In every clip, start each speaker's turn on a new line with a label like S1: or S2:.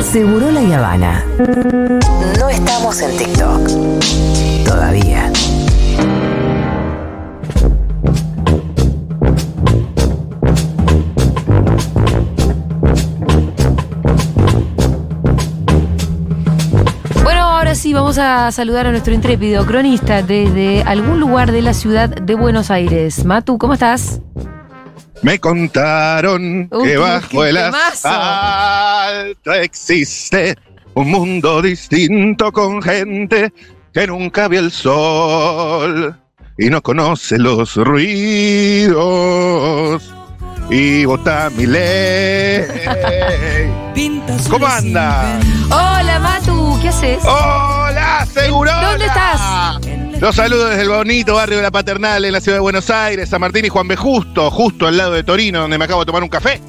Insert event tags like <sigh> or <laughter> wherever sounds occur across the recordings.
S1: Seguro la Habana. No estamos en TikTok. Todavía.
S2: Bueno, ahora sí, vamos a saludar a nuestro intrépido cronista desde algún lugar de la ciudad de Buenos Aires. Matu, ¿cómo estás?
S3: Me contaron
S2: Uy,
S3: que
S2: qué
S3: bajo el
S2: temazo.
S3: asfalto existe un mundo distinto con gente que nunca ve el sol y no conoce los ruidos. Y vota mi ley. ¿Cómo anda?
S2: Hola, Matu, ¿qué haces?
S3: ¡Hola, Segurona!
S2: ¿Dónde estás?
S3: Los saludo desde el bonito barrio de la Paternal en la ciudad de Buenos Aires, San Martín y Juan B. Justo, justo al lado de Torino, donde me acabo de tomar un café.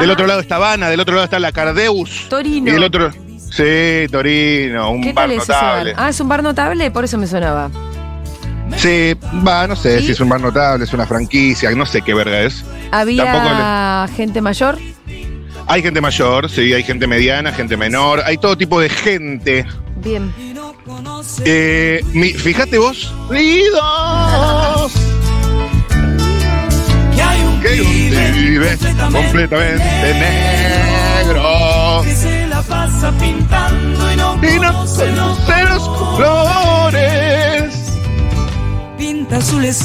S3: Del
S2: Ah.
S3: otro lado está Habana, del otro lado está la Cardeus.
S2: Torino.
S3: Y del otro. Sí, Torino, un
S2: ¿Qué
S3: bar
S2: tal es ese bar?
S3: notable.
S2: Ah, es un bar notable, por eso me sonaba.
S3: Sí, va, no sé
S2: ¿Y?
S3: si es un bar notable, es una franquicia, no sé qué verga es.
S2: Había gente mayor.
S3: Hay gente mayor, sí, hay gente mediana, gente menor, hay todo tipo de gente.
S2: Bien.
S3: Eh, mi- fíjate vos, ruidos.
S4: Que hay un
S3: Que un pibe completamente negro.
S4: que se la pasa pintando y no
S3: Y no
S4: conoce los
S3: conoce los colores.
S4: pinta azules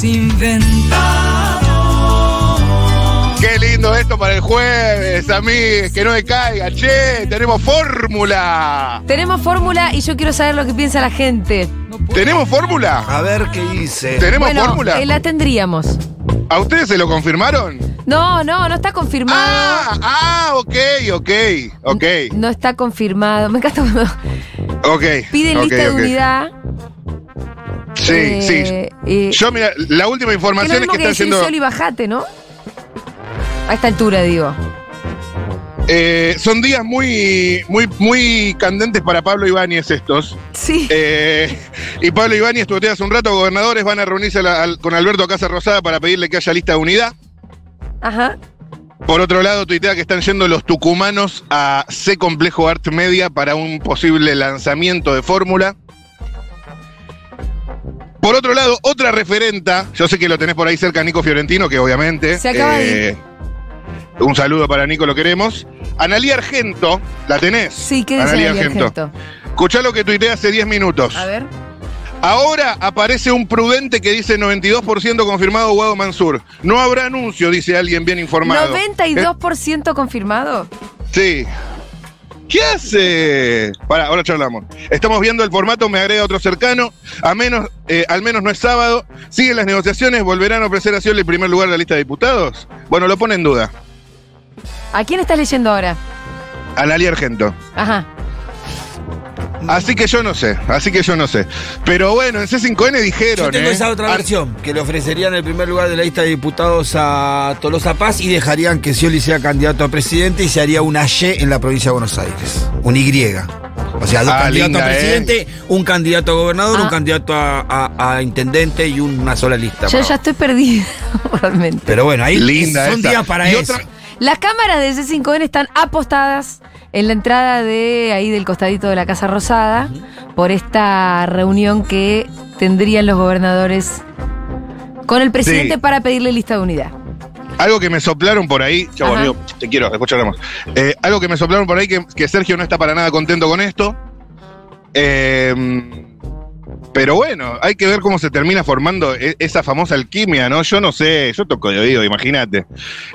S4: inventados.
S3: Qué lindo esto para el jueves, amigues, que no me caiga. Che, tenemos fórmula.
S2: Tenemos fórmula y yo quiero saber lo que piensa la gente.
S3: ¿Tenemos fórmula?
S5: A ver qué hice.
S3: ¿Tenemos
S2: bueno,
S3: fórmula?
S2: eh, la tendríamos.
S3: ¿A ustedes se lo confirmaron?
S2: No, no, no está confirmado.
S3: Ah, ah, ok, ok, ok,
S2: No está confirmado. Me encanta cuando
S3: ok.
S2: piden
S3: ok,
S2: lista
S3: ok.
S2: de unidad.
S3: Sí,
S2: eh, eh,
S3: sí. Yo, mira, la última
S2: que lo
S3: información es
S2: mismo
S3: que
S2: que
S3: está
S2: decir
S3: haciendo.
S2: Scioli, bajate, ¿no? A esta altura, digo.
S3: eh, son días muy, muy, muy candentes para Pablo Ibáñez estos.
S2: Sí.
S3: Eh, y Pablo Ibáñez tuiteó hace un rato, gobernadores van a reunirse a la- al- con Alberto Casa Rosada para pedirle que haya lista de unidad.
S2: Ajá.
S3: Por otro lado, tuitea que están yendo los tucumanos a C Complejo Art Media para un posible lanzamiento de fórmula. Por otro lado, otra referenta, yo sé que lo tenés por ahí cerca, Nico Fiorentino, que obviamente... eh,
S2: Se acaba de
S3: Un saludo para Nico, lo queremos. Analía Argento, ¿la tenés?
S2: Sí, ¿qué dice
S3: Analía
S2: Analia Argento?
S3: Escuchá lo que tuiteé hace 10 minutos.
S2: A ver.
S3: Ahora aparece un prudente que dice 92% confirmado Guado Mansur. No habrá anuncio, dice alguien bien informado. Eh,
S2: ¿92% confirmado?
S3: Sí. ¿Qué hace? Para, ahora charlamos. Estamos viendo el formato, me agrega otro cercano. A menos, eh, al menos no es sábado. Siguen las negociaciones, volverán a ofrecer a Scioli el primer lugar de la lista de diputados. Bueno, lo pone en duda.
S2: ¿A quién estás leyendo ahora?
S3: Analia Argento.
S2: Ajá.
S3: Así que yo no sé, así que yo no sé. Pero bueno, en C5N dijeron.
S5: Yo tengo
S3: ¿eh?
S5: esa otra
S3: Ar-
S5: versión, que le ofrecerían el primer lugar de la lista de diputados a Tolosa Paz y dejarían que Scioli sea candidato a presidente y se haría una Y en la provincia de Buenos Aires. Un Y. O sea, dos
S3: Ah,
S5: candidatos
S3: linda,
S5: a presidente, un candidato a gobernador,
S2: Ah.
S5: un candidato a, a- a intendente y una sola lista.
S2: Yo
S5: para
S2: ya estoy perdida, <laughs> realmente.
S5: Pero bueno, ahí
S3: Linda
S5: son
S3: esa.
S5: días para
S3: Y
S5: eso.
S3: otra-
S2: Las cámaras de C5N están apostadas en la entrada de ahí del costadito de la Casa Rosada por esta reunión que tendrían los gobernadores con el presidente
S3: Sí.
S2: para pedirle lista de unidad.
S3: Algo que me soplaron por ahí, ya
S2: Ajá.
S3: volvió, te quiero, después charlamos. Eh, algo que me soplaron por ahí que, que Sergio no está para nada contento con esto. Eh, pero bueno, hay que ver cómo se termina formando e- esa famosa alquimia, ¿no? Yo no sé, yo toco de oído, imagínate.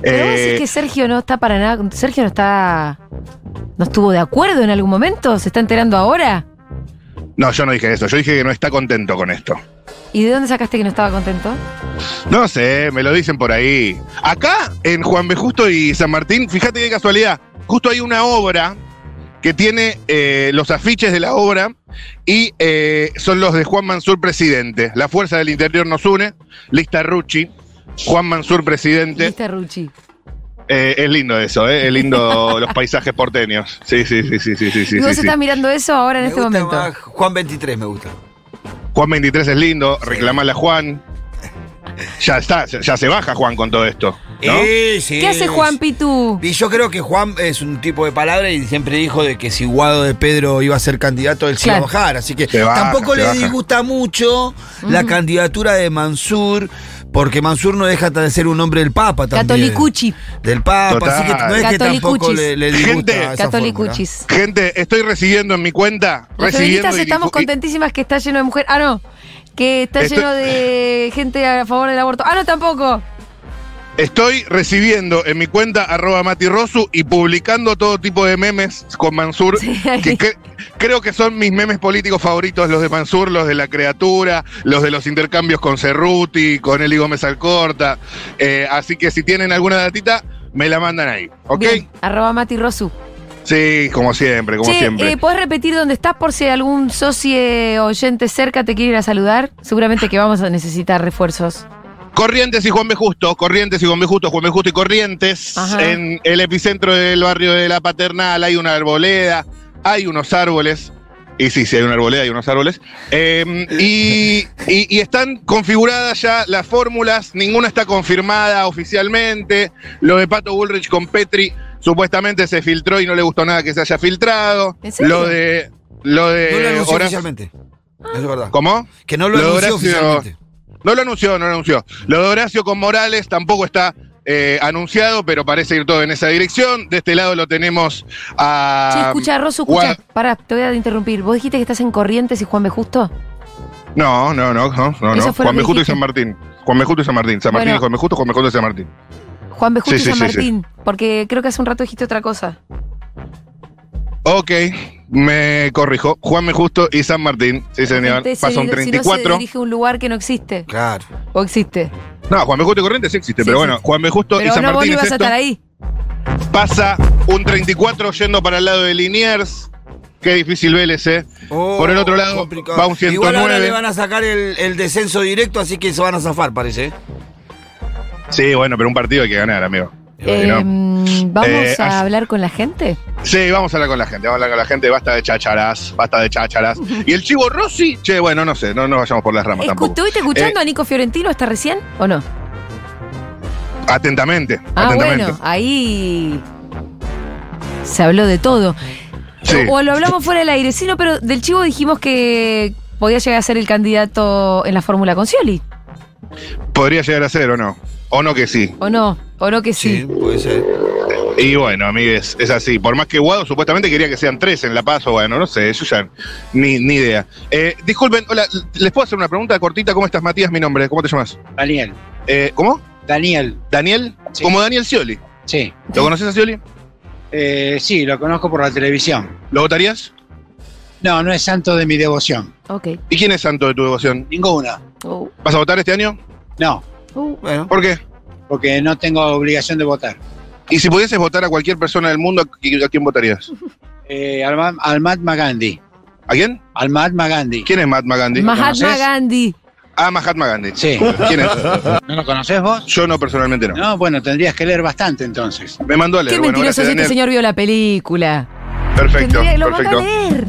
S2: Pero vos
S3: Eh,
S2: decís que Sergio no está para nada. Sergio no está. ¿No estuvo de acuerdo en algún momento? ¿Se está enterando ahora?
S3: no, yo no dije eso, yo dije que no está contento con esto.
S2: ¿Y de dónde sacaste que no estaba contento?
S3: No sé, me lo dicen por ahí. Acá, en Juan B. Justo y San Martín, fíjate qué casualidad. Justo hay una obra que tiene eh, los afiches de la obra y eh, son los de Juan Mansur presidente. La Fuerza del Interior nos une, lista Rucci, Juan Mansur presidente.
S2: Lista Rucci.
S3: Eh, es lindo eso, ¿eh? es lindo
S2: <laughs>
S3: los paisajes porteños. Sí, sí, sí, sí, sí, sí. sí,
S2: ¿Y vos
S3: sí.
S2: estás mirando eso ahora en
S5: Me
S2: este
S5: gusta
S2: momento?
S5: más Juan 23 me gusta.
S3: Juan 23 es lindo, reclamala Juan. Ya está, ya se baja Juan con todo esto. ¿no?
S5: Eh, sí.
S2: ¿Qué hace Juan Pitu?
S5: Y yo creo que Juan es un tipo de palabra y siempre dijo de que si Guado de Pedro iba a ser candidato, él se iba a
S2: Claro.
S5: bajar. Así que
S3: Se baja,
S5: tampoco
S3: se
S5: le
S3: baja.
S5: disgusta mucho la candidatura de Mansur, porque Mansur no deja de ser un hombre del Papa también.
S2: Catolicuchi.
S5: Del Papa,
S3: Total.
S5: así que no es que tampoco
S2: Catolicuchis.
S5: le, le disgusta.
S3: Gente.
S5: esa
S2: Catolicuchis.
S3: Gente, estoy recibiendo en mi cuenta.
S2: Las
S3: recibiendo
S2: feministas
S3: y-
S2: estamos
S3: y-
S2: contentísimas que está lleno de mujeres. Ah, no. Que está
S3: Estoy-
S2: lleno de gente a favor del aborto. Ah, no, tampoco.
S3: Estoy recibiendo en mi cuenta arroba Mati Rosu y publicando todo tipo de memes con Mansur.
S2: Sí, ahí.
S3: que cre- creo que son mis memes políticos favoritos, los de Mansur, los de la criatura, los de los intercambios con Cerruti, con Eli Gómez Alcorta. Eh, astura. así que si tienen alguna datita, me la mandan ahí. ¿Ok?
S2: Bien, arroba Mati Rosu.
S3: Sí, como siempre, como
S2: che,
S3: siempre.
S2: eh, ¿podés repetir dónde estás por si algún socio oyente cerca te quiere ir a saludar? Seguramente que vamos a necesitar refuerzos.
S3: Corrientes y Juan B. Justo, Corrientes y Juan B. Justo, Juan B. Justo y Corrientes.
S2: Ajá.
S3: En el epicentro del barrio de La Paternal hay una arboleda, hay unos árboles. Y sí, sí, hay una arboleda, hay unos árboles. Eh, y, y- y están configuradas ya las fórmulas, ninguna está confirmada oficialmente. Lo de Pato Bullrich con Petri supuestamente se filtró y no le gustó nada que se haya filtrado.
S2: ¿En serio?
S3: Lo de. Lo de.
S5: No lo anunció
S3: eh, Horacio-
S5: oficialmente. Es verdad.
S3: ¿Cómo?
S5: Ah. Que no lo,
S3: Lo de
S5: anunció
S3: Horacio-
S5: oficialmente.
S3: No lo anunció, no lo anunció. Lo de Horacio con Morales tampoco está eh, anunciado, pero parece ir todo en esa dirección. De este lado lo tenemos a.
S2: che, escucha, Rosu, escucha.
S3: Gua-
S2: Pará, te voy a interrumpir. ¿Vos dijiste que estás en Corrientes y Juan B. Justo?
S3: No, no, no, no, no.
S2: Eso
S3: no.
S2: fue
S3: Juan
S2: lo
S3: Mejuto
S2: que
S3: y
S2: dijiste.
S3: San Martín. Juan Mejuto y San Martín. San Martín
S2: Bueno.
S3: y Juan Mejuto, Juan Mejuto y San Martín.
S2: Juan B.
S3: Sí,
S2: Justo y
S3: sí,
S2: San
S3: sí, sí.
S2: Martín. Porque creo que hace un rato dijiste otra cosa.
S3: Ok, me corrijo. Juan Mejusto y San Martín. Sí, señor.
S2: Gente, se
S3: Pasó un
S2: dir- Si no se
S3: 34.
S2: dirige a un lugar que no existe.
S5: Claro.
S2: O existe.
S3: No, Juan Mejusto y Corrientes sí existe,
S2: Sí,
S3: pero
S2: sí.
S3: bueno, Juan Mejusto y
S2: Pero
S3: San
S2: no, vos no
S3: Martín.
S2: ibas a
S3: excepto-
S2: estar ahí.
S3: pasa un 34 yendo para el lado de Liniers. Qué difícil Vélez, ¿eh?
S5: Oh,
S3: Por el otro lado
S5: complicado.
S3: va un 109.
S5: Igual ahora le van a sacar el, el descenso directo, así que se van a zafar, parece.
S3: Sí, bueno, pero un partido hay que ganar, amigo.
S2: Eh,
S3: Si no-
S2: ¿Vamos
S3: Eh,
S2: a
S3: as-
S2: hablar con la gente?
S3: Sí, vamos a hablar con la gente, vamos a hablar con la gente, basta de chácharas, basta de
S2: <laughs>
S3: chácharas. Y el chivo Rossi, che, bueno, no sé, no nos vayamos por las ramas
S2: Escu-
S3: tampoco. Eh,
S2: ¿Estuviste escuchando a Nico Fiorentino hasta recién o no?
S3: Eh, Atentamente,
S2: Ah,
S3: atentamente.
S2: bueno, ahí se habló de todo.
S3: Sí.
S2: O lo hablamos fuera del aire. Sí, no, pero del chivo dijimos que podía llegar a ser el candidato en la fórmula con Scioli.
S3: Podría llegar a ser o no. O no que sí.
S2: ¿O no? ¿O no que sí?
S5: puede ser.
S3: Y bueno, amigues, es así. Por más que Guado supuestamente quería que sean tres en La Paz, o bueno, no sé, yo ya ni, ni idea. Eh, disculpen, hola, ¿les puedo hacer una pregunta cortita? ¿Cómo estás, Matías? Mi nombre, ¿cómo te llamas?
S6: Daniel,
S3: Eh, ¿Cómo?
S6: Daniel,
S3: ¿Daniel?
S6: Sí.
S3: Como Daniel Scioli.
S6: sí.
S3: ¿Lo conoces a Scioli?
S6: Eh, sí, lo conozco por la televisión.
S3: ¿Lo votarías?
S6: No, no es santo de mi devoción.
S2: Ok.
S3: ¿Y quién es santo de tu devoción?
S6: Ninguna.
S2: Oh,
S3: ¿Vas a votar este año?
S6: No,
S2: oh.
S5: Bueno.
S3: ¿Por qué?
S6: porque no tengo obligación de votar.
S3: Y si pudieses votar a cualquier persona del mundo, ¿a qui- a quién votarías?
S6: Eh, al, Ma- al Mahatma Gandhi.
S3: ¿A quién?
S6: Al Mahatma Gandhi.
S3: ¿Quién es Mahatma Gandhi?
S2: Mahatma
S6: conoces?
S2: Gandhi.
S3: Ah, Mahatma Gandhi.
S6: Sí.
S3: ¿Quién es?
S6: <laughs> ¿No lo conoces vos?
S3: Yo no, personalmente no.
S6: No, bueno, tendrías que leer bastante entonces.
S3: Me mandó a leer.
S2: Qué
S3: bueno,
S2: mentiroso
S3: gracias,
S2: si este
S3: Daniel.
S2: señor vio la película.
S3: Perfecto,
S2: Tendría- lo mandó
S3: perfecto.
S2: a leer.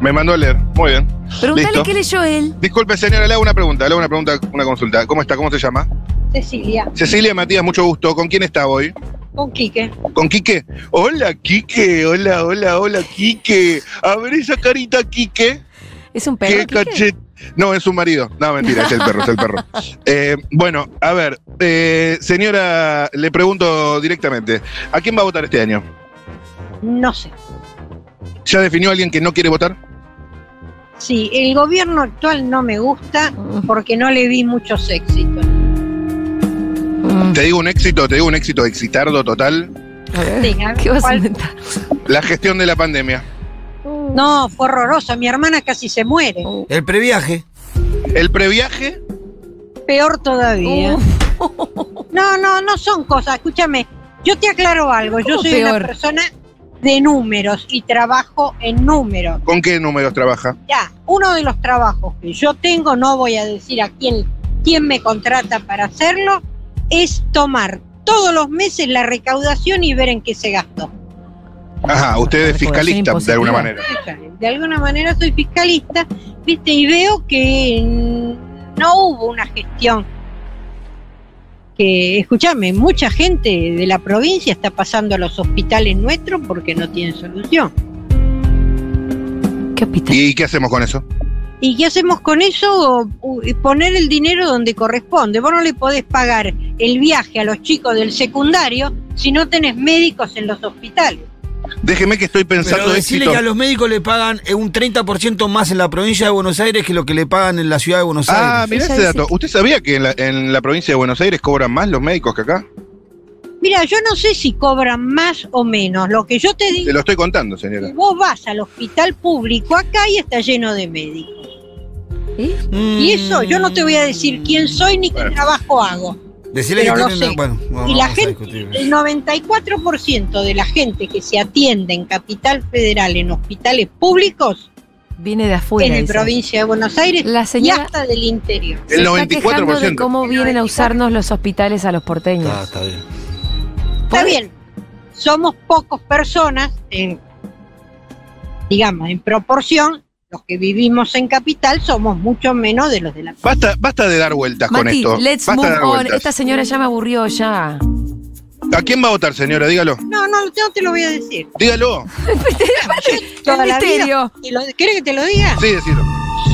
S3: Me mandó a leer. Muy bien.
S2: Preguntale
S3: Listo.
S2: qué leyó él.
S3: Disculpe, señora, le hago una pregunta, le hago una pregunta, una consulta. ¿Cómo está? ¿Cómo se llama?
S7: Cecilia,
S3: Cecilia Matías, mucho gusto. ¿Con quién está hoy?
S7: con Quique.
S3: ¿Con Quique? Hola, Quique. Hola, hola, hola, Quique. A ver esa carita, Quique.
S2: Es un perro.
S3: Qué
S2: Quique?
S3: cachet. No, es su marido. No, mentira, es el perro, es el
S2: <laughs>
S3: perro. Eh, bueno, a ver, eh, señora, le pregunto directamente, ¿a quién va a votar este año?
S7: <laughs> No sé.
S3: ¿Ya definió alguien que no quiere votar?
S7: Sí, el gobierno actual no me gusta porque no le vi muchos éxitos.
S2: Mm,
S3: Te digo un éxito, te digo un éxito excitardo total.
S2: a ver.
S7: Sí, a ver
S2: Eh, ¿Qué vas a
S7: cuál-
S2: inventar?
S3: La gestión de la pandemia.
S7: No, fue horroroso. Mi hermana casi se muere.
S2: Oh.
S5: El previaje.
S3: El previaje,
S7: Peor todavía.
S2: Oh.
S7: <laughs> No, no, no son cosas. Escúchame, yo te aclaro algo. Yo
S2: ¿Cómo
S7: soy
S2: peor?
S7: una persona de números y trabajo en números.
S3: ¿con qué números trabaja?
S7: Ya, uno de los trabajos que yo tengo, no voy a decir a quién, quién me contrata para hacerlo, es tomar todos los meses la recaudación y ver en qué se gastó.
S3: Ajá, usted es
S2: Recaudación
S3: fiscalista de alguna
S2: impositiva.
S3: manera.
S7: De alguna manera soy fiscalista, viste, y veo que mm, no hubo una gestión que, escúchame, mucha gente de la provincia está pasando a los hospitales nuestros porque no tienen solución.
S2: ¿Qué hospital?
S3: ¿Y qué hacemos con eso?
S7: ¿Y qué hacemos con eso? U- Poner el dinero donde corresponde. Vos no le podés pagar el viaje a los chicos del secundario si no tenés médicos en los hospitales.
S3: Déjeme que estoy pensando
S5: Pero decirle
S3: éxito.
S5: que a los médicos le pagan eh, un 30% más en la provincia de Buenos Aires que lo que le pagan en la ciudad de Buenos
S3: Ah,
S5: Aires.
S3: mirá
S2: Ella
S3: ese
S2: dice
S3: dato.
S2: que-
S3: ¿Usted sabía que en la, en la provincia de Buenos Aires cobran más los médicos que acá?
S7: Mira, yo no sé si cobran más o menos. Lo que yo te digo
S3: Te lo estoy contando,
S7: es
S3: señora.
S7: que vos vas al hospital público acá y está lleno de médicos.
S2: ¿Eh?
S5: Mm.
S7: Y eso, yo no te voy a decir quién soy ni qué
S3: Bueno.
S7: trabajo hago.
S5: Decirle
S7: pero
S5: que
S7: no
S5: tienen
S7: sé.
S5: una- bueno, no,
S7: y
S5: no vamos
S7: la
S5: a
S7: gente,
S5: discutir.
S7: el 94% de la gente que se atiende en Capital Federal en hospitales públicos
S2: Viene de afuera.
S7: en la
S2: dice.
S7: provincia de Buenos Aires
S2: La
S7: y
S2: señora
S7: hasta del interior.
S2: se
S3: El
S2: está quejando de
S3: 94%.
S2: cómo vienen a usarnos los hospitales a los porteños.
S5: Está, está bien.
S7: Está bien, somos pocos personas, en, digamos, en proporción, los que vivimos en Capital somos mucho menos de los de la
S3: Basta, basta de dar vueltas con
S2: Mati,
S3: esto.
S2: let's
S3: basta de
S2: move
S3: dar
S2: on.
S3: vueltas.
S2: Esta señora ya me aburrió
S7: Ah,
S2: ya.
S3: ¿A quién va a votar, señora? Dígalo.
S7: No, no, no te lo voy a decir.
S2: <laughs>
S3: Dígalo.
S7: Toda
S2: El
S7: la vida.
S2: misterio.
S7: Te lo- ¿Querés que te lo diga?
S3: Sí, decilo.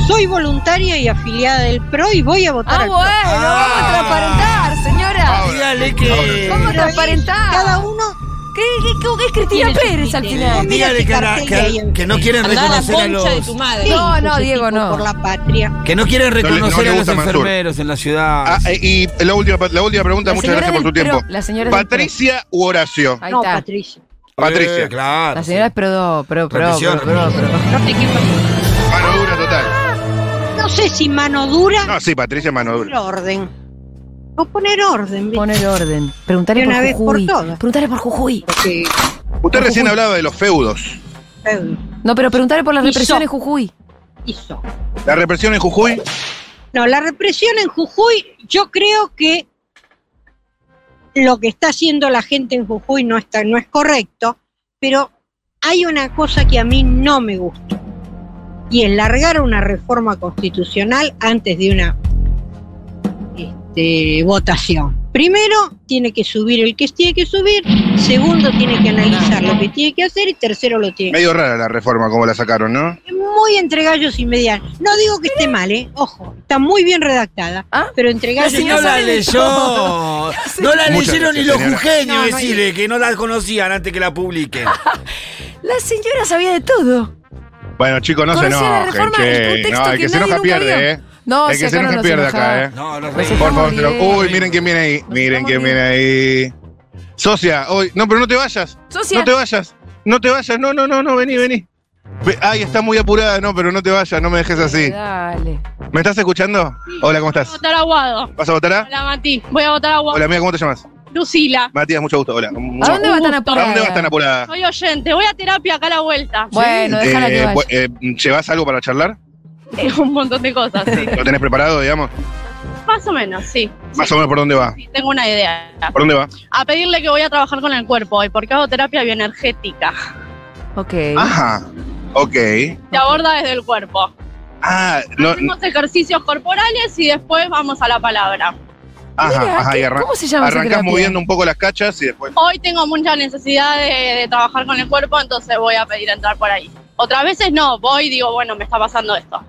S7: Soy voluntaria y afiliada del PRO y voy a votar
S2: Ah,
S7: al
S2: bueno,
S7: PRO.
S2: vamos a
S3: Ah.
S2: transparentar, señora.
S3: Ahora,
S5: Dígale que.
S2: ¿Cómo
S7: Pero ahí
S2: transparentar?
S7: Cada uno
S2: ¿Qué, qué- qué es Cristina
S7: Tiene su
S2: Pérez al
S7: criterio.
S2: final?
S7: Mira
S5: Dígale
S7: ese
S5: que, ahora-
S7: cartel
S5: que-
S7: de ahí.
S5: que no quieren
S8: Andá a la
S5: reconocer a
S8: concha de
S5: los.
S8: tu madre.
S2: No,
S7: hizo
S2: no,
S7: ese
S2: Diego,
S7: tipo
S2: no.
S7: por la patria.
S5: Que no quieren
S3: le- no
S5: reconocer
S3: le
S5: a los
S3: gusta Mansur.
S5: enfermeros en la ciudad.
S3: Ah, eh, y la última, la última pregunta,
S2: La
S3: muchas
S2: señora
S3: gracias por
S2: del
S3: su tiempo.
S2: pro- la señora del
S3: ¿Patricia u Horacio?
S2: pro. Ahí
S7: no,
S2: está.
S7: Patricia.
S3: Patricia.
S5: Eh, claro.
S2: La señora es pro, pro, pro,
S5: Repetición,
S2: pro, pro, pro.
S3: Mano dura total.
S7: No sé si mano dura
S3: No, Ah, sí, Patricia, mano
S7: o
S3: dura.
S7: orden. O poner orden, ¿viste?
S2: Poner orden. Preguntarle
S7: De
S2: por
S7: una vez por
S2: Jujuy.
S7: todas.
S2: Preguntarle por Jujuy.
S7: Porque,
S3: Usted recién hablaba de los feudos.
S7: eh,
S2: No, pero preguntarle por la
S7: Hizo.
S2: represión en Jujuy.
S7: hizo.
S3: La represión en Jujuy.
S7: No, la represión en Jujuy, yo creo que lo que está haciendo la gente en Jujuy no, está, no es correcto, pero hay una cosa que a mí no me gustó, y es largar una reforma constitucional antes de una este, votación. Primero, tiene que subir el que tiene que subir, segundo, tiene que analizar lo que tiene que hacer, y tercero, lo tiene que
S3: Medio rara la reforma, como la sacaron, ¿no?
S7: muy entre gallos y medianos. No digo que esté mal, ¿eh? Ojo, está muy bien redactada,
S2: ¿Ah?
S7: pero entre
S5: Que
S7: gallos y
S5: no la
S2: sabe de
S5: leyó.
S2: todo.
S5: <laughs> No la
S3: Muchas
S5: leyeron ni
S3: gracias,
S5: los
S3: señora.
S5: jujeños,
S7: No, no hay-
S5: decirle que no la conocían antes que la publiquen.
S2: La señora sabía de todo.
S3: Bueno, chicos, no se
S2: Conocía la
S3: enojen,
S2: reforma, el
S3: che.
S2: contexto
S3: No, el
S2: que
S3: que se
S2: nadie
S3: enoja
S2: nunca vio.
S3: pierde, ¿eh?
S2: No,
S3: El
S2: si
S3: que se
S2: acá no
S3: enoja
S2: nos
S3: pierde
S2: enojaba.
S3: acá, ¿eh?
S5: No, los
S2: Pues
S5: reyes.
S3: Por favor, te lo-
S2: Estamos
S3: Uy,
S2: bien.
S3: miren quién viene ahí. Miren
S2: estamos
S3: quién
S2: bien.
S3: viene ahí. Socia, hoy. No, pero no te vayas.
S2: Socia,
S3: No te vayas. No te vayas. No, no, no, no. Vení, vení. Ve- Ay, está muy apurada. No, pero no te vayas. No me dejes así.
S2: Dale.
S3: ¿Me estás escuchando? Hola, ¿cómo
S9: Voy a
S3: estás?
S9: votar aguado.
S3: ¿Vas a votar? A?
S9: Hola, Mati. Voy a votar aguado.
S3: Hola, amiga, ¿cómo te llamas?
S9: Lucila.
S3: Matías, mucho gusto. Hola. Mu-
S2: ¿A dónde va tan
S3: ¿A
S2: apurada?
S3: dónde vas tan apurada?
S9: Soy oyente. Voy a terapia acá a la vuelta.
S2: Bueno, déjala que
S3: Eh,
S2: vaya.
S3: bu- eh, ¿Llevas algo para charlar?
S9: Es un montón de cosas,
S3: <laughs>
S9: sí.
S3: ¿Lo tenés preparado, digamos?
S9: Más o menos, sí.
S3: Más o menos por dónde va.
S9: Sí, tengo una idea.
S3: ¿Por dónde va?
S9: A pedirle que voy a trabajar con el cuerpo hoy, porque hago terapia bioenergética.
S2: Ok.
S3: Ajá. Ok.
S9: Se aborda desde el cuerpo.
S3: Ah, no,
S9: Hacemos ejercicios corporales y después vamos a la palabra.
S2: Mira,
S3: ajá, ajá, y
S2: ¿qué-
S3: arran-
S2: ¿Cómo se llama esa
S3: arrancás
S2: terapia?
S3: moviendo un poco las cachas y después.
S9: Hoy tengo mucha necesidad de, de trabajar con el cuerpo, entonces voy a pedir entrar por ahí. Otras veces no, voy y digo, bueno, me está pasando esto.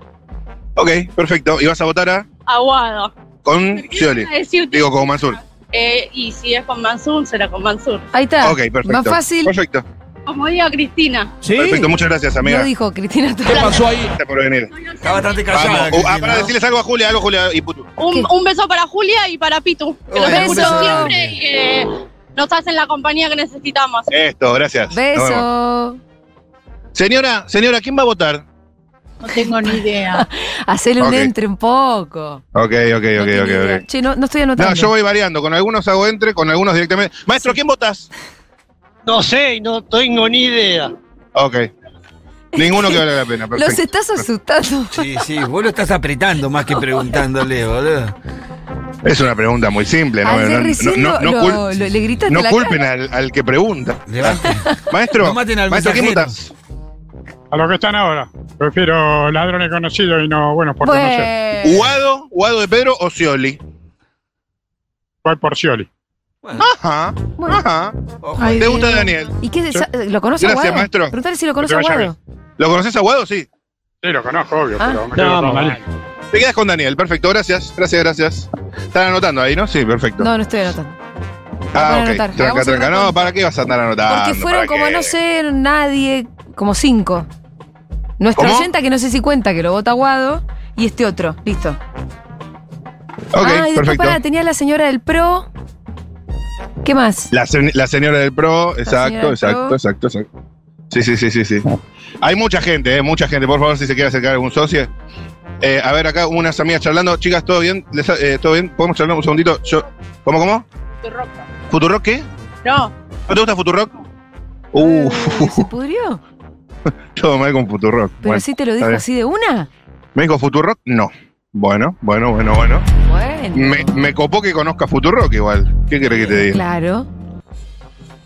S3: Ok, perfecto. Y vas a votar a
S9: Aguado.
S3: con Scioli.
S9: Iba a decirte-
S3: Digo, con Mansur.
S9: Eh, y si es con Mansur, será con Mansur.
S2: Ahí está.
S3: Ok, perfecto.
S2: Ah, Más fácil.
S3: Perfecto.
S9: Como diga Cristina.
S5: ¿Sí?
S3: Perfecto, muchas gracias,
S2: Lo
S3: amiga.
S2: dijo Cristina.
S5: pasó ahí?
S3: Gracias por venir.
S5: Está bastante
S3: Vamos.
S5: callada.
S3: Uh, ah,
S5: Cristina,
S3: para
S5: ¿no?
S3: decirles algo a Julia, algo a Julia y Putu.
S9: Un, un beso para Julia y para Pitu. Que los
S5: Bueno,
S2: un
S9: escucho
S2: beso.
S9: siempre y que nos hacen la compañía que necesitamos.
S3: Esto, gracias. Eh, Nos vemos.
S2: Beso.
S3: Señora, señora, ¿quién va a votar?
S8: No tengo ni idea.
S2: <laughs> Hacele un
S3: Ok.
S2: entre un poco.
S3: Ok, ok,
S2: No
S3: ok,
S2: tiene
S3: ok,
S2: idea.
S3: ok.
S2: Che, no, no estoy anotando.
S3: No, yo voy variando. Con algunos hago entre, con algunos directamente. Maestro, ¿quién votas?
S10: No sé, no tengo ni idea.
S3: <laughs> Ok. Ninguno que vale la pena.
S2: Los
S3: Perfecto.
S2: estás asustando.
S5: Sí,
S2: <laughs>
S5: sí, vos lo estás apretando más que preguntándole, boludo.
S3: Es una pregunta muy simple. No,
S2: Ayer
S3: No- no,
S2: recién
S3: no- no
S2: lo-
S3: cul-
S2: lo- lo- le gritaste
S3: no
S2: la
S3: culpen al, al que pregunta.
S5: Levante. <laughs>
S3: Maestro,
S5: No maten al
S3: maestro, ¿quién
S5: mensajero.
S3: votas?
S11: A lo que están ahora. Prefiero ladrones conocidos y no buenos por conocer.
S2: Bueno.
S3: ¿Guado, Guado de Pedro o Scioli?
S11: fue por Scioli.
S3: Ajá. Ajá.
S2: Ay,
S3: ¿Te gusta
S2: Dios.
S3: Daniel?
S2: ¿Y qué,
S3: Sí.
S2: sa- ¿Lo conoce
S3: Gracias,
S2: Aguado?
S3: maestro.
S2: Preguntale si lo
S3: Que te
S2: conoce
S3: vaya
S2: Aguado.
S3: ¿Lo conoces a Guado? Sí.
S11: Sí, lo conozco, obvio,
S2: Ah.
S11: pero me quedo
S3: No,
S11: con
S3: mamá.
S11: Daniel.
S3: Te quedas con Daniel, perfecto, gracias, gracias, gracias. Están anotando ahí, ¿no? Sí, perfecto.
S2: No, no estoy anotando.
S3: ah,
S2: para
S3: ok.
S2: anotar.
S3: Tranca,
S2: Hagamos un
S3: tranca. No,
S2: recuento.
S3: ¿para qué vas a andar anotando?
S2: Porque fueron
S3: ¿Para
S2: como,
S3: qué?
S2: no sé, nadie, como cinco. Nuestra
S3: ¿Cómo?
S2: oyenta que no sé si cuenta, que lo vota Aguado, y este otro, listo.
S3: Ok,
S2: ah, y después
S3: perfecto.
S2: pará, tenía la señora del pro. ¿Qué más?
S3: La, se- la señora del pro,
S2: señora del
S3: exacto, exacto,
S2: pro.
S3: exacto, exacto. Sí, sí, sí, sí, sí. Hay mucha gente, eh, mucha gente. Por favor, si se quiere acercar algún socio. Eh, a ver, acá unas amigas charlando. Chicas, ¿todo bien? ¿Les- eh, ¿Todo bien? ¿Podemos charlar un segundito? Yo, ¿Cómo, cómo?
S9: Tu ropa.
S3: ¿Futurock qué?
S9: No,
S3: ¿No te gusta Futurock? Uf,
S2: ¿Se pudrió?
S3: <laughs> todo mal con Futurock.
S2: ¿Pero
S3: Bueno,
S2: sí te lo
S3: está
S2: dijo
S3: bien.
S2: así de una?
S3: ¿Me dijo Futurock? No. Bueno, bueno, bueno, bueno.
S2: Bueno.
S3: Me, me copó que conozca Futurock igual. ¿Qué querés que te diga?
S2: Claro.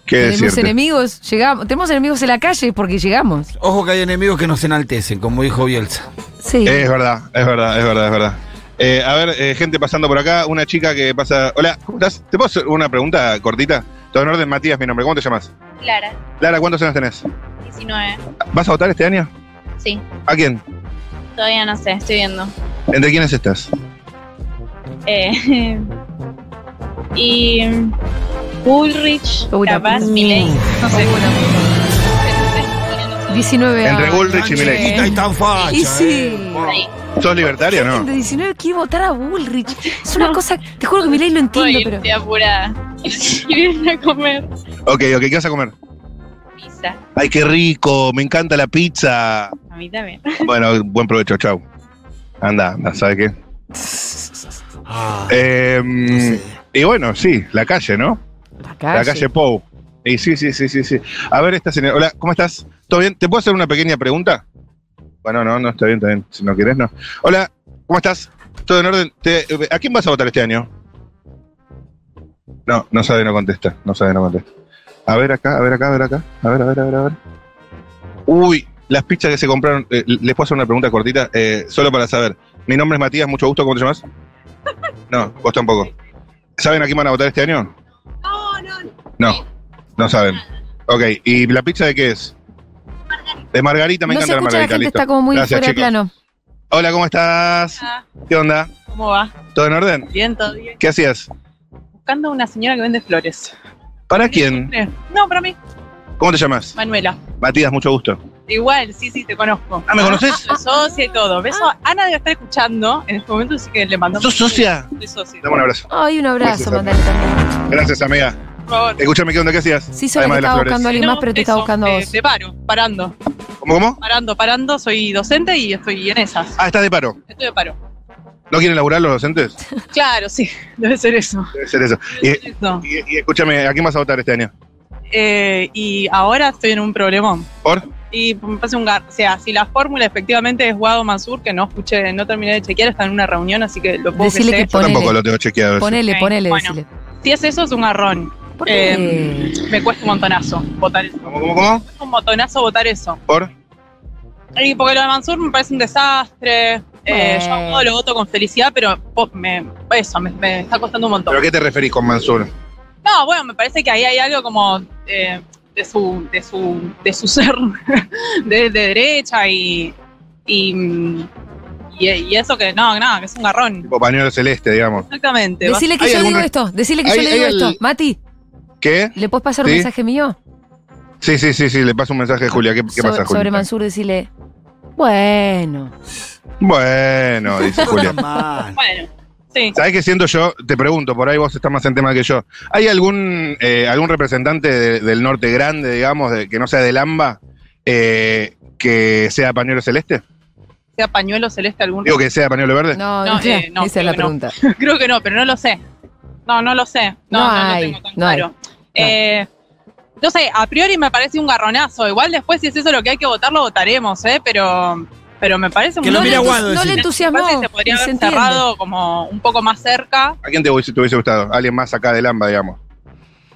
S3: ¿Qué
S2: Tenemos
S3: decirte?
S2: enemigos, llegamos, tenemos enemigos en la calle porque llegamos.
S5: Ojo que hay enemigos que nos enaltecen, como dijo Bielsa.
S2: Sí.
S3: Es verdad, es verdad, es verdad, es verdad. Eh, a ver, eh, gente pasando por acá, una chica que pasa. Hola, ¿cómo estás? ¿Te puedo hacer una pregunta cortita? Todo en orden, Matías, mi nombre. ¿Cómo te llamas?
S9: Clara,
S3: Lara, ¿cuántos años tenés?
S9: 19.
S3: ¿Vas a votar este año?
S9: Sí,
S3: ¿A quién?
S9: todavía no sé, estoy viendo.
S3: ¿Entre quiénes estás?
S12: <laughs>
S9: Eh, y Bullrich, capaz, Milei, no sé.
S2: 19 años.
S3: Entre Bullrich y Milei.
S5: Chiquita y tan facha,
S2: Y sí.
S5: eh.
S3: ¿Sos libertaria o no?
S2: De 19 quiere votar a Bullrich. Es una cosa, te juro que Milei
S9: Voy
S2: lo entiendo,
S9: a
S2: pero.
S9: irte apurada. <laughs> Quiero irme a comer
S3: Ok, ok, ¿qué vas a comer?
S9: pizza.
S3: Ay, qué rico, me encanta la pizza.
S9: A mí también.
S3: Bueno, buen provecho, chau. Anda, anda, ¿sabes qué?
S5: Ah,
S3: Eh, Y bueno, sí, la calle, ¿no?
S2: La
S3: La calle Pou. Y sí, sí, sí, sí, sí. A ver, esta señora. Hola, ¿cómo estás? ¿Todo bien? ¿Te puedo hacer una pequeña pregunta? Bueno, no, no, está bien, está bien. Si no querés, no. Hola, ¿cómo estás? ¿Todo en orden? Te- ¿A quién vas a votar este año? No, no sabe, no contesta. No sabe, no contesta. A ver acá, a ver acá, a ver acá. A ver, a ver, a ver, a ver. Uy, las pizzas que se compraron. eh, les puedo hacer una pregunta cortita, eh, solo para saber. Mi nombre es Matías, mucho gusto. ¿Cómo te llamas? No, vos tampoco. ¿Saben a quién van a votar este año?
S7: No, no, no.
S3: No, no saben. Ok, ¿y la pizza de qué es? De Margarita, me
S2: no se
S3: encanta la
S2: escucha, la
S3: Margarita.
S2: gente
S3: listo.
S2: está como muy
S3: Gracias,
S2: fuera de
S3: chicos.
S2: plano.
S3: Hola, ¿cómo estás?
S9: Ah,
S3: ¿Qué onda?
S12: ¿Cómo va?
S3: ¿Todo en orden?
S12: Bien, todo bien.
S3: ¿Qué hacías?
S12: Buscando a una señora que vende flores.
S3: ¿Para quién?
S12: Eh, No, para mí.
S3: ¿Cómo te llamas?
S12: Manuela.
S3: Matías, mucho gusto.
S12: Igual, sí, sí, te conozco.
S3: Ah, ¿me conoces?
S12: Soy socia y todo. Beso.
S2: Ah.
S12: Ana debe estar escuchando en este momento, así que le mandamos.
S3: ¿Sos socia?
S12: Soy socia.
S3: Dame un abrazo.
S2: Ay, un abrazo,
S3: Gracias,
S2: mandale también.
S3: Gracias, amiga.
S12: Por favor.
S3: Escúchame, ¿qué onda? ¿Qué hacías?
S2: Sí, solo que
S3: Además de las
S2: estaba
S3: flores.
S2: buscando a alguien más, pero te estaba buscando a
S12: Eh,
S2: vos.
S12: de paro, parando.
S3: ¿Cómo, cómo?
S12: Parando, parando. Soy docente y estoy en esas.
S3: Ah, estás de paro.
S12: Estoy de paro.
S3: ¿No quieren laburar los
S12: <laughs>
S3: docentes?
S12: Claro, sí. Debe ser eso.
S3: Debe ser eso. Y,
S12: Eso.
S3: y- y escúchame, ¿a quién vas a votar este año?
S12: Eh, y ahora estoy en un problemón.
S3: ¿Por?
S12: Y me pasa un gar. O sea, si la fórmula efectivamente es Guado Mansur, que no escuché, no terminé de chequear, está en una reunión, así que lo puedo
S2: Decile que
S12: que sé.
S3: Yo
S2: Ponele.
S3: tampoco lo tengo chequeado. eso.
S2: Ponele,
S12: Ok,
S2: ponele,
S12: bueno.
S2: decile.
S12: Si es eso, es un garrón.
S2: ¿Por qué?
S12: Eh, me cuesta un montonazo votar eso.
S3: ¿Cómo, cómo, cómo?
S12: Me cuesta un montonazo votar eso.
S3: ¿Por?
S12: Y porque lo de Mansur me parece un desastre. Eh,
S2: Bueno.
S12: yo a Guado lo voto con felicidad, pero po- me, eso, me, me está costando un montón.
S3: ¿Pero a qué te referís con Mansur?
S12: No, bueno, me parece que ahí hay algo como eh, de, su, de, su, de su <laughs> ser de, de derecha y, y, y- y eso que no, no, que es un garrón.
S3: Tipo pañuelo celeste, digamos.
S12: Exactamente. va-
S2: Decile que
S3: ¿Hay
S2: yo digo
S3: alguna-
S2: esto, decile que yo
S3: ¿Hay-
S2: le digo
S3: hay
S2: esto.
S3: al-
S2: Mati,
S3: ¿Qué?
S2: ¿le puedes pasar un
S3: Sí.
S2: mensaje mío?
S3: Sí, sí, sí, sí, le paso un mensaje a Julia. ¿Qué, qué
S2: So-
S3: pasa, Julia?
S2: Sobre Mansur, decile. Bueno. <laughs>
S3: Bueno, dice Julia.
S5: mal.
S12: Bueno, sí.
S3: ¿Sabés qué siento yo? Te pregunto, por ahí vos estás más en tema que yo. ¿Hay algún, eh, algún representante de- del norte grande, digamos, de- que no sea del AMBA, eh, que sea pañuelo celeste?
S12: Sea pañuelo celeste algún.
S3: Digo, que sea pañuelo verde.
S2: No,
S12: No,
S2: decile-
S12: eh, no,
S2: esa es
S12: creo
S2: la
S12: que
S2: pregunta.
S12: <laughs> Creo que no, pero no lo sé. No, no lo sé. No,
S2: No
S12: no, lo
S2: hay,
S12: tengo tan
S2: no hay,
S12: claro. Eh, no sé, a priori me parece un garronazo. Igual después, si es eso lo que hay que votar, lo votaremos, ¿eh? Pero, pero me parece un
S5: Que lo
S2: No,
S5: mire
S2: le,
S5: a
S2: entus-
S5: Guado,
S2: no le
S5: decile.
S2: entusiasmó.
S12: Capaz si se podría
S2: y se
S12: haber
S2: entiende.
S12: cerrado como un poco más cerca.
S3: ¿A quién te hubiese, te hubiese gustado? Alguien más acá del AMBA, digamos.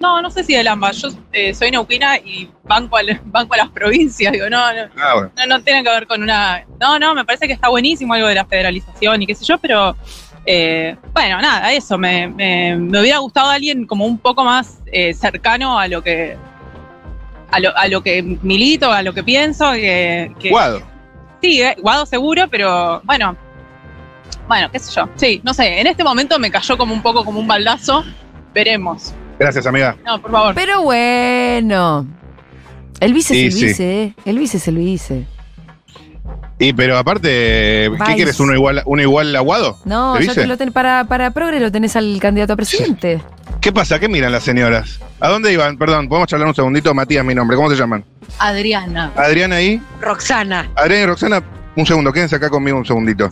S12: No, no sé si del AMBA. Yo eh, soy neuquina y banco, al- <laughs> banco a las provincias. Digo, no, no,
S3: Ah, bueno.
S12: no, no tiene que ver con una. No, no, me parece que está buenísimo algo de la federalización y qué sé yo, pero Eh, bueno, nada, eso. Me, me- me hubiera gustado alguien como un poco más eh, cercano a lo que. A lo, a lo que milito, a lo que pienso. Que, que-
S3: Guado.
S12: Sí, eh, Guado seguro, pero bueno. Bueno, qué sé yo. Sí, no sé. En este momento me cayó como un poco como un baldazo. Veremos.
S3: Gracias, amiga.
S12: No, por favor.
S2: Pero bueno. El vice
S3: Y
S2: es el
S3: sí.
S2: vice, ¿eh? El vice es el vice.
S3: Y pero aparte, ¿qué
S2: Vice.
S3: quieres? ¿Uno igual, uno igual aguado?
S2: No,
S3: ¿Te
S2: ya
S3: dice?
S2: te lo ten- para, para Progre lo tenés al candidato a presidente.
S3: ¿Qué pasa? ¿Qué miran las señoras? ¿A dónde iban? Perdón, podemos charlar un segundito. Matías, mi nombre. ¿Cómo se llaman?
S7: Adriana.
S3: Adriana y
S7: Roxana.
S3: Adriana y Roxana, un segundo, quédense acá conmigo un segundito.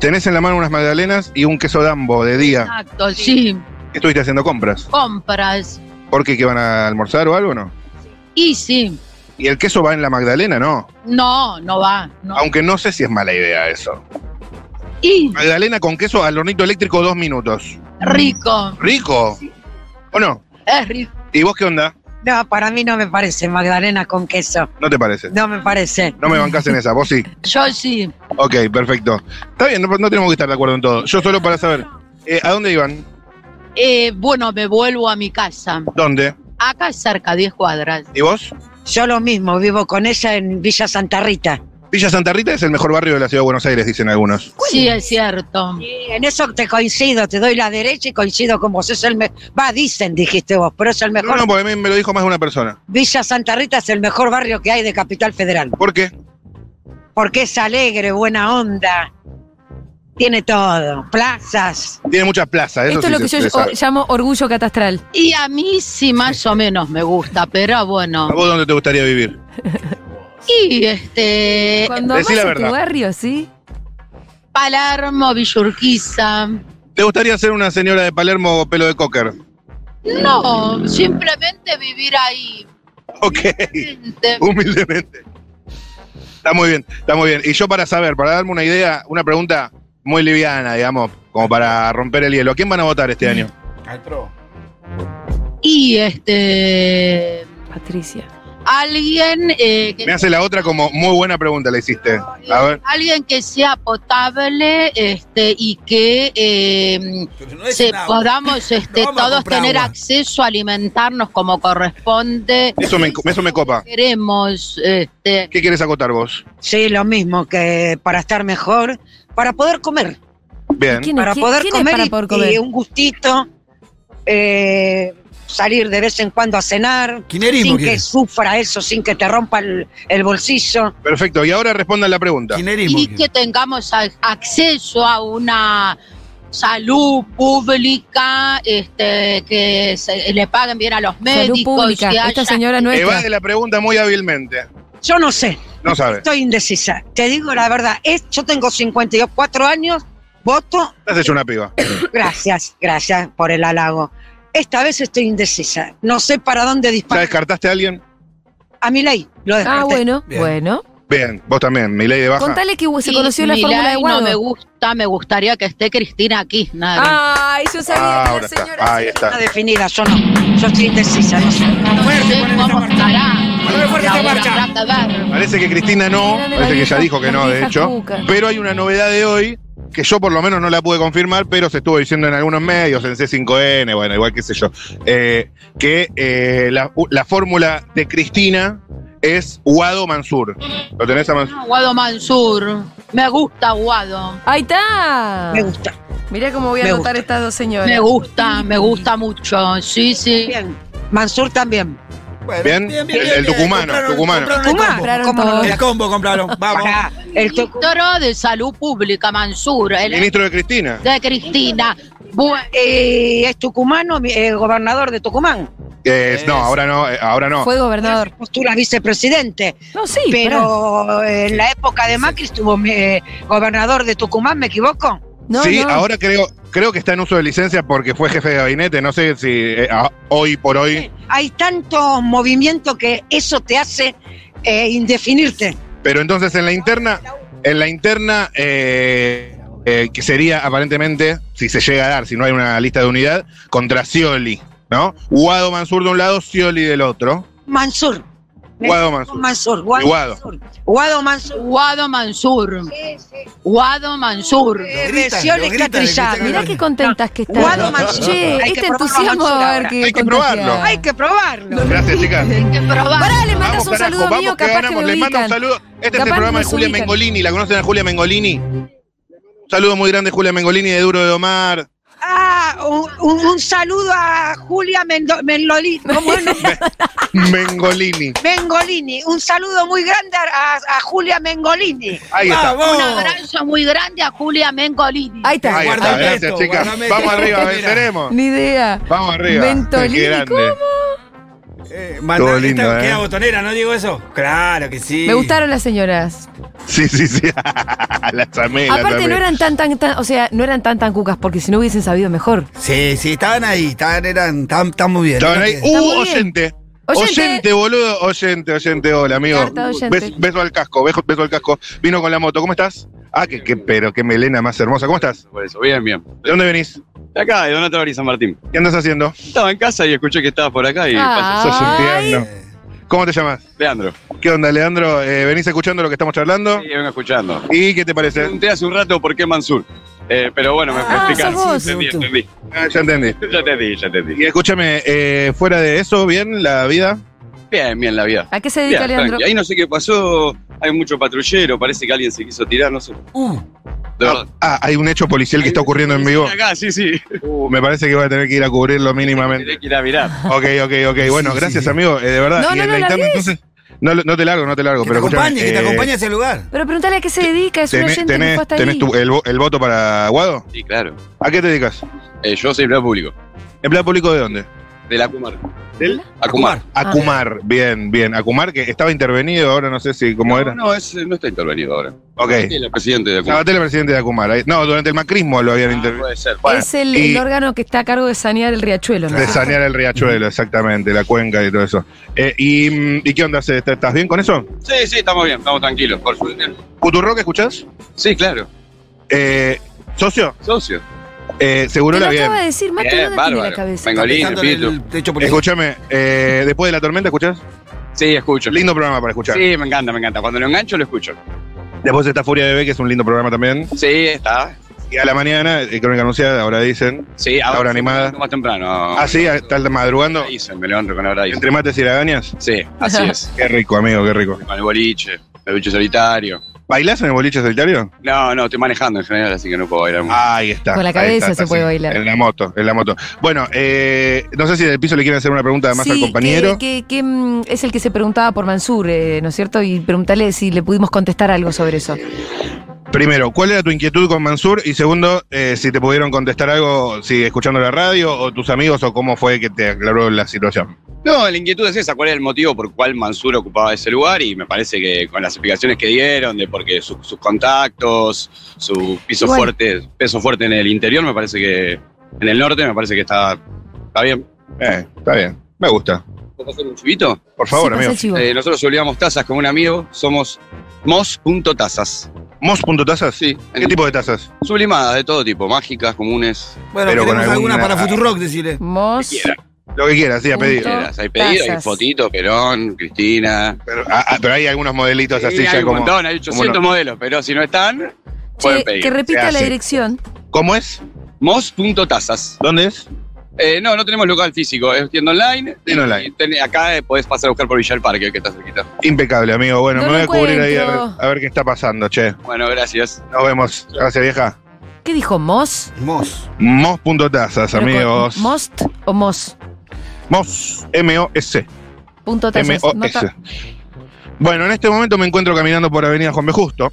S3: Tenés en la mano unas magdalenas y un queso dambo de día.
S8: Exacto, sí.
S3: ¿Qué estuviste haciendo compras?
S8: Compras.
S3: ¿Por qué? ¿Que van a almorzar o algo no?
S8: Y sí.
S3: ¿Y el queso va en la magdalena? No.
S8: No, no va. No.
S3: Aunque no sé si es mala idea eso.
S8: Y
S3: Magdalena con queso al hornito eléctrico dos minutos.
S8: rico.
S3: ¿Rico? ¿O no?
S8: Es rico.
S3: ¿Y vos qué onda?
S13: No, para mí no me parece magdalena con queso.
S3: ¿No te parece?
S13: No me parece.
S3: No me bancás en esa, vos sí.
S8: Yo sí.
S3: Ok, perfecto. Está bien, no, no tenemos que estar de acuerdo en todo. Yo solo para saber, eh, ¿a dónde iban?
S8: Eh, bueno, me vuelvo a mi casa.
S3: ¿Dónde?
S8: Acá cerca, 10 cuadras.
S3: ¿Y vos?
S13: Yo lo mismo, vivo con ella en Villa Santa Rita.
S3: Villa Santa Rita es el mejor barrio de la ciudad de Buenos Aires, dicen algunos.
S8: Sí, es cierto.
S13: En eso te coincido, te doy la derecha y coincido con vos. Es el me- Va, dicen, dijiste vos, pero es el
S3: No,
S13: mejor.
S3: no, porque a mí me lo dijo más de una persona.
S13: Villa Santa Rita es el mejor barrio que hay de Capital Federal.
S3: ¿Por qué?
S13: Porque es alegre, buena onda. Tiene todo. Plazas.
S3: Tiene muchas plazas. Eso
S2: Esto es lo que yo o- llamo orgullo catastral.
S8: Y a mí sí más o menos me gusta, pero bueno.
S3: ¿A vos dónde te gustaría vivir?
S8: Y este.
S2: Cuando
S3: Decí la
S2: amas a tu
S3: verdad.
S2: barrio, ¿sí?
S8: Palermo, Villurquiza.
S3: ¿Te gustaría ser una señora de Palermo o pelo de cocker?
S8: No, simplemente vivir ahí.
S3: Ok, <laughs> humildemente. Está muy bien, está muy bien. Y yo para saber, para darme una idea, una pregunta muy liviana, digamos, como para romper el hielo. ¿A quién van a votar este
S8: <laughs>
S3: año?
S8: <laughs> Y este.
S2: Patricia.
S8: Alguien, eh, que,
S3: Me hace la otra como muy buena pregunta, la hiciste. A ver.
S8: alguien que sea potable este, y que eh,
S5: es
S8: se
S5: un agua.
S8: podamos
S5: <laughs>
S8: este,
S5: No vamos a
S8: todos
S5: comprar
S8: tener
S5: agua.
S8: acceso a alimentarnos como corresponde.
S3: Eso me, eso me copa.
S8: Queremos. Este,
S3: ¿Qué quieres acotar vos?
S13: Sí, lo mismo, que para estar mejor, para poder comer.
S3: Bien.
S2: ¿Quién es?
S13: para
S2: ¿Quién-
S13: poder
S2: quién es
S13: comer,
S2: para
S13: y-
S2: poder
S13: y,
S2: comer?
S13: un gustito, eh, salir de vez en cuando a cenar,
S5: Kirchnerismo
S13: sin que
S5: quieres.
S13: sufra eso, sin que te rompa el, el bolsillo.
S3: Perfecto. Y ahora respondan la pregunta.
S8: y que tengamos a- acceso a una salud pública, este, que se- le paguen bien a los médicos.
S2: pública.
S8: que
S2: Esta
S8: haya-
S2: señora no es-
S3: Evade la pregunta muy hábilmente.
S13: Yo no sé,
S3: No sabe.
S13: estoy indecisa. Te digo la verdad, es, yo tengo 54 años,
S3: <laughs>
S13: voto,
S3: Te has hecho una piba.
S13: gracias, gracias por el halago. Esta vez estoy indecisa, no sé para dónde
S3: ¿Ya
S13: disparar.
S3: descartaste a alguien?
S13: A mi ley, lo descarté.
S2: Ah, bueno,
S3: Bien.
S2: bueno.
S3: Bien, vos también, mi ley de baja.
S2: Contale que se
S8: Y
S2: conoció la
S8: Milei
S2: fórmula de
S8: No me
S2: Guado.
S8: gusta, me gustaría que esté Cristina Kirchner.
S2: Ay, yo sabía que
S3: Ahora
S2: la
S3: está,
S2: señora.
S3: ahí
S13: Está
S3: está.
S13: definida, yo no, yo estoy indecisa, no sé.
S8: no sé cómo estará.
S5: Poneme fuerte esta
S8: Ahora
S5: marcha.
S8: habrá que ver.
S3: Parece que Cristina no,
S2: Mira de la
S3: parece que ya
S2: vieja-
S3: dijo que
S2: la
S3: no, de
S2: vieja
S3: hecho.
S2: cuca.
S3: Pero hay una novedad de hoy que yo por lo menos no la pude confirmar, pero se estuvo diciendo en algunos medios, en C5N, bueno, igual qué sé yo, eh, que eh, la, la fórmula de Cristina es Guado Mansur. ¿Lo tenés a Mansur?
S8: No, Guado Mansur. Me gusta Guado.
S2: Ahí está.
S13: Me gusta.
S2: Mirá cómo voy a
S13: Me
S2: anotar estas dos señoras.
S8: Me gusta, me gusta mucho. Sí, sí.
S13: Bien. Mansur también.
S5: Bueno,
S3: Bien, el- el tucumano,
S5: Compraron-
S3: tucumano.
S5: compraron
S13: ¿Cómo?
S5: el
S2: Compraron
S13: ¿Cómo no?
S5: combo.
S2: todo.
S5: El combo compraron. Vamos.
S13: Pará, el tucu-
S8: Ministro de Salud Pública, Mansur. El
S3: Ministro de Cristina.
S8: de Cristina. Bueno,
S13: eh, es tucumano, mi- eh, gobernador de Tucumán.
S3: Eh, no, ahora no, eh, ahora no.
S2: Fue gobernador.
S13: Postula vicepresidente.
S2: No, sí, pará.
S13: Pero eh, en la época de Macri estuvo eh, gobernador de Tucumán, ¿me equivoco?
S2: No,
S3: sí,
S2: no.
S3: ahora creo, creo que está en uso de licencia porque fue jefe de gabinete, no sé si eh, a- hoy por hoy,
S13: Hay tanto movimiento que eso te hace eh, indefinirte.
S3: pero entonces en la interna, en la interna eh, eh, que sería aparentemente, si se llega a dar, si no hay una lista de unidad, contra Scioli, ¿no? Guado Mansur de un lado, Scioli del otro.
S13: Mansur.
S3: Guado Mansur.
S13: Mansur,
S3: De
S13: Guado,
S3: Guado.
S13: Mansur. Guado Mansur.
S8: Guado Mansur. Guado Mansur.
S13: Versiones catrilladas.
S2: Mirá qué contentas que están.
S13: Guado Mansur.
S2: Che,
S13: Hay que
S2: este
S13: probarlo, Mansur,
S2: entusiasmo va a
S13: ahora.
S2: ver que
S3: Hay que probarlo.
S13: Hay que probarlo.
S3: Gracias, chicas.
S2: Pará, le mandas
S3: Vamos,
S2: un
S3: carajo,
S2: saludo
S3: vamos
S2: mío,
S3: que
S2: capaz que
S3: ganamos.
S2: me
S3: Les mando un
S2: ubican.
S3: saludo. Este es
S2: Capaz
S3: el
S2: que
S3: programa de
S2: nos
S3: Julia
S2: ubican.
S3: Mengolini. ¿La conocen a Julia Mengolini? Un saludo muy grande, Julia Mengolini, de Duro de Omar.
S13: Ah, un, un- un saludo a Julia Mendo- Menloli- ¿cómo
S3: <laughs>
S13: es?
S3: Mengolini.
S13: Mengolini. Un saludo muy grande a, a Julia Mengolini.
S3: Ahí está.
S8: Un abrazo muy grande a Julia Mengolini.
S2: Ahí está.
S3: Ahí está,
S5: Guardame
S3: gracias,
S5: esto,
S3: chicas.
S5: guardame
S3: Vamos
S5: esto.
S3: arriba,
S5: Mira.
S3: venceremos.
S2: Ni idea.
S3: Vamos arriba.
S2: Ventolini,
S3: Qué grande.
S5: Eh,
S3: Todo
S5: mandá,
S3: lindo,
S5: esta
S3: eh.
S5: queda botonera, ¿no digo eso? Claro que sí.
S2: Me gustaron las señoras.
S3: Sí, sí, <laughs> sí. las amé, las
S2: Aparte
S3: amé.
S2: no eran tan tan tan, o sea, no eran tan tan cucas porque si no hubiesen sabido mejor.
S5: Eh, Sí, sí, estaban ahí, estaban, eran, estaban, estaban muy bien.
S3: Estaban
S5: ¿no?
S3: ahí.
S5: Que-
S2: Está muy
S3: Uh,
S2: bien.
S3: oyente.
S2: Oyente.
S3: oyente. boludo. Oyente, oyente. Hola, amigo.
S2: Carta oyente.
S3: Bes- beso al casco, beso, beso al casco. Vino con la moto. ¿Cómo estás? Ah, que, que- pero qué melena más hermosa. ¿Cómo estás?
S14: Por eso, bien, bien.
S3: ¿De dónde venís?
S14: De acá, de Donato Ari San Martín.
S3: ¿Qué andas haciendo?
S14: Estaba en casa y escuché que estaba por acá y
S2: Ah.
S14: pasé.
S3: Sos un
S2: Ay.
S3: tierno. ¿Cómo te llamas?
S14: Leandro,
S3: ¿Qué onda, Leandro? Eh, ¿Venís escuchando lo que estamos charlando?
S14: sí, vengo escuchando.
S3: ¿Y qué te parece?
S14: Pregunté hace un rato por qué Mansur. Eh, pero bueno, me me
S2: Ah,
S14: explicaron.
S2: sos vos.
S14: Entendí, entendí.
S3: Ah, ya entendí.
S14: <laughs> Ya entendí, ya entendí.
S3: Y escúchame, eh, fuera de eso, ¿bien la vida?
S14: Bien, bien la vida.
S2: ¿A qué se dedica
S14: Bien,
S2: Leandro?
S14: tranqui. Ahí no sé qué pasó, hay mucho patrullero, parece que alguien se quiso tirar, no sé.
S5: Uh,
S14: De verdad.
S3: Ah, hay un hecho policial que está ocurriendo en vivo.
S14: Acá, sí, sí.
S3: Uh, me parece que voy a tener que ir a cubrirlo
S5: <laughs>
S3: mínimamente.
S14: Tendré que ir a mirar.
S3: Ok, ok, ok. Bueno,
S5: Sí, sí,
S3: gracias,
S5: sí.
S3: amigo. eh, de verdad.
S2: No,
S3: y
S2: no,
S3: en
S2: no,
S3: la
S2: la
S3: interna,
S2: ves.
S3: entonces. No, no te largo, no te largo.
S5: que te
S3: pero escúchame,
S5: acompañe, que te
S3: eh,
S5: acompañe a ese lugar.
S2: Pero preguntale a qué se dedica, es un
S3: ¿Tenés,
S2: oyente que
S3: tenés,
S2: fue hasta
S3: tenés
S2: ahí.
S3: tu- eh, el, vo- el voto para Guado?
S14: Sí, claro.
S3: ¿A qué te dedicas?
S14: Eh, yo soy empleado público.
S3: ¿Empleo público de dónde?
S14: De la Cumar. ¿Del? Acumar.
S2: Ah.
S3: Acumar, bien, bien. Acumar, que estaba intervenido, ahora no sé si cómo era.
S14: No, no, es, no está intervenido ahora.
S3: Ok.
S14: Sí, la presidente de Acumar.
S3: Sabatel, presidente de Acumar. Ahí- No, durante el macrismo lo habían
S14: Ah,
S3: intervenido.
S14: puede ser. Bueno,
S2: es el,
S3: y-
S2: el órgano que está a cargo de sanear el riachuelo, ¿no?
S3: De sanear el riachuelo, exactamente, la cuenca y todo eso. Eh, y, mm, ¿Y qué onda? ¿se- está- ¿Estás bien con eso?
S14: sí, sí, estamos bien, estamos tranquilos, por suerte.
S3: ¿Cuturro que escuchás?
S14: Sí, claro,
S3: Eh, ¿Socio?
S14: socio.
S3: Eh,
S2: Te
S3: seguro
S2: lo
S3: la bien.
S2: acaba de decir, Mato,
S14: Bien,
S2: no la tiene en la
S14: bárbaro.
S2: cabeza.
S14: Vengo lindo,
S5: Pensando en el techo policial.
S3: Escúchame, eh, después de la tormenta, ¿escuchás?
S14: Sí, escucho.
S3: Lindo programa para escuchar.
S14: Sí, me encanta, me encanta. Cuando lo engancho, lo escucho.
S3: Después está Furia de B, que es un lindo programa también.
S14: Sí, está.
S3: Y a la mañana, eh, Crónica Anunciada, ahora dicen.
S14: Sí,
S3: La hora animada.
S14: me levanto Más temprano.
S3: Ah, sí, está madrugando.
S14: Ahí se me levanto con la hora. ahí.
S3: Entre mates y lagañas.
S14: Sí,
S2: Ah.
S14: así es.
S3: Qué rico, amigo, qué rico.
S14: Con el boliche, el bicho solitario.
S3: ¿Bailás en el boliche solitario?
S14: No, no, estoy manejando en general, así que no puedo bailar mucho.
S3: Ah, Ahí está.
S2: Con la
S3: ahí
S2: cabeza se puede
S3: sí,
S2: bailar.
S3: En la moto, en la moto. Bueno, eh, no sé si del piso le quieren hacer una pregunta más
S2: Sí,
S3: al compañero.
S2: Que, que- que, mm, es el que se preguntaba por Mansur, eh, ¿no es cierto? Y preguntarle si le pudimos contestar algo sobre eso.
S3: Primero, ¿cuál era tu inquietud con Mansur? Y segundo, eh, si te pudieron contestar algo, si escuchando la radio o tus amigos o cómo fue que te aclaró la situación.
S14: No, la inquietud es esa, cuál es el motivo por cuál Mansur ocupaba ese lugar y me parece que con las explicaciones que dieron, de porque sus contactos, su piso
S2: Igual.
S14: fuerte, peso fuerte en el interior, me parece que en el norte me parece que está, está bien.
S3: Eh, está bien, me gusta.
S14: ¿Puedo hacer un chivito?
S3: Por favor,
S2: Sí, pasa
S3: amigo.
S2: el chivo.
S14: Eh, nosotros olvidamos tazas con un amigo, somos mos.tazas.
S3: Mos.tazas.
S14: Sí,
S3: ¿Qué tipo de tazas?
S14: Sublimadas de todo tipo, mágicas, comunes.
S5: Bueno,
S3: Pero
S5: queremos
S3: con
S5: alguna,
S3: alguna-
S5: para Futurock, decirle.
S2: Mos.
S14: Quiera,
S3: Lo que quieras, sí, a pedir.
S2: Punto.
S14: quieras. Hay pedido, hay
S2: Tazas.
S14: fotito, Perón, Cristina.
S3: Pero, ah, ah, pero hay algunos modelitos así
S14: Sí,
S3: ya
S14: hay un
S3: como.
S14: montón, hay
S3: como
S14: 800 modelos, pero si no están, pueden
S2: Che,
S14: pedir.
S2: que repita
S3: Se
S2: la
S3: hace.
S2: dirección.
S3: ¿Cómo es?
S14: Mos.tazas.
S3: ¿Dónde es?
S14: Eh, no, no tenemos local físico, es tienda online.
S3: Tienda online.
S14: Y ten- acá eh, podés pasar a buscar por Villa del Parque, que está cerquita.
S3: Impecable, amigo. Bueno,
S2: No
S3: me voy a
S2: lo
S3: cubrir ahí a ver,
S2: encuentro.
S3: a ver qué está pasando, che.
S14: Bueno, gracias.
S3: Nos vemos. Gracias, vieja.
S2: ¿Qué dijo? ¿Mos?
S5: Mos.
S3: Mos.tazas,
S2: Pero con-
S3: amigos.
S2: ¿Most o mos?
S3: Mos. M-O-S.
S2: Punto tazas. No
S3: M-O-S.
S2: ta-
S3: Bueno, en este momento me encuentro caminando por Avenida Juan B. Justo.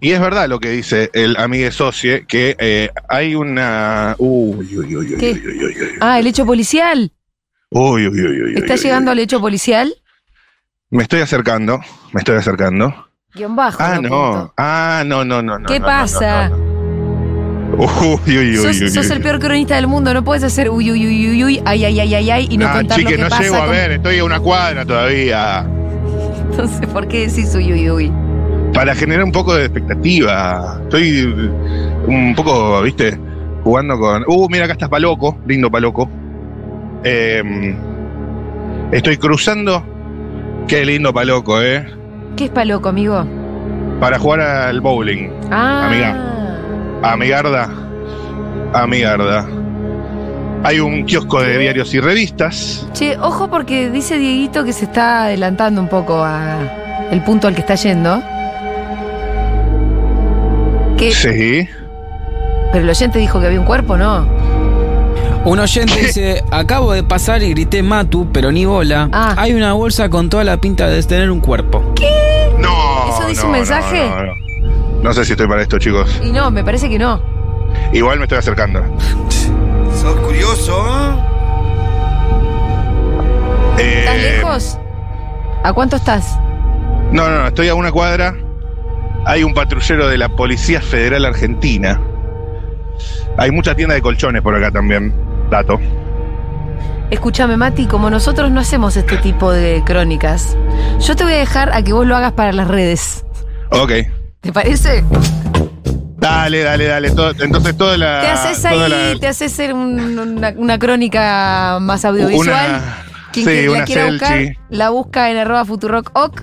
S3: Y es verdad lo que dice el amigo socie, que eh, hay una. Uy, uy, uy, uy,
S2: ¿Qué?
S3: uy, uy, uy, uy.
S2: Ah, el hecho policial.
S3: Uy, uy, uy, uy,
S2: ¿Está
S3: uy, uy,
S2: llegando
S3: uy.
S2: al hecho policial?
S3: Me estoy acercando, me estoy acercando.
S2: Guión bajo.
S3: Ah, no.
S2: punto.
S3: Ah, no, no, no. no,
S2: ¿Qué
S3: no, no,
S2: pasa?
S3: no, no, no. Uy, uy, uy,
S2: Sos,
S3: uy, uy,
S2: sos el
S3: uy.
S2: peor cronista del mundo. No puedes hacer uy, uy, uy, uy, uy, ay, ay, ay, ay, ay, y no
S3: Ah,
S2: contar lo
S3: chique,
S2: que
S3: no
S2: pasa.
S3: llego a
S2: con-
S3: ver, estoy a una cuadra todavía.
S2: <laughs> Entonces, ¿por qué decís uy, uy, uy?
S3: Para generar un poco de expectativa. Estoy eh, un poco, viste, jugando con. Uh, mira, acá estás Paloco, lindo Paloco. Eh, estoy cruzando Qué lindo paloco, ¿eh?
S2: ¿Qué es paloco, amigo?
S3: Para jugar al bowling.
S2: Ah.
S3: Amiga. Amigarda. Amigarda. Hay un kiosco de diarios y revistas.
S2: Che, ojo porque dice Dieguito que se está adelantando un poco a el punto al que está yendo. ¿Qué?
S3: Sí.
S2: Pero el oyente dijo que había un cuerpo, ¿no?
S15: Un oyente dice, acabo de pasar y grité Matu, pero ni bola.
S2: Ah.
S15: Hay una bolsa con toda la pinta de tener un cuerpo.
S3: No.
S2: ¿Eso dice
S3: no,
S2: un
S3: no,
S2: mensaje?
S3: no, no. No sé si estoy para esto, chicos.
S2: Y no, me parece que no.
S3: Igual me estoy acercando.
S5: Sos curioso, ¿eh?
S3: Eh,
S2: ¿Estás lejos? ¿A cuánto estás?
S3: No, no, no, estoy a una cuadra. Hay un patrullero de la Policía Federal Argentina. Hay mucha tienda de colchones por acá también. Dato.
S2: Escúchame, Mati, como nosotros no hacemos este tipo de crónicas, yo te voy a dejar a que vos lo hagas para las redes.
S3: Ok.
S2: ¿Te parece?
S3: Dale, dale, dale. todo- entonces toda la.
S2: te haces
S3: Ah, toda
S2: ahí,
S3: la-
S2: te haces ser un- una, una crónica más audiovisual.
S3: Una-
S2: Quien
S3: sí,
S2: que la
S3: una
S2: quiera buscar,
S3: selfie.
S2: la busca en arroba futurock.oc,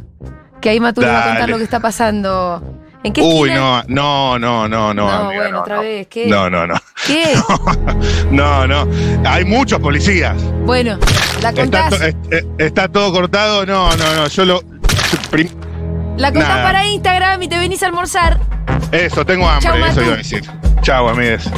S2: que ahí Matu le va a contar
S3: Dale.
S2: lo que está pasando. ¿En qué
S3: Uy,
S2: esquina?
S3: no, no, no, no, no.
S2: No,
S3: amiga,
S2: bueno,
S3: no,
S2: otra
S3: no.
S2: vez, ¿qué?
S3: No, no, no.
S2: ¿Qué?
S3: <laughs> No, no. Hay muchos policías.
S2: Bueno, la
S3: Está,
S2: contás,
S3: to- eh, es- es- está todo cortado. No, no, no. Yo lo. prim-
S2: la contás
S3: nada.
S2: para Instagram y te venís a almorzar.
S3: Eso, tengo hambre,
S2: Chau,
S3: eso
S2: Matu.
S3: iba a decir. Chau, amigues.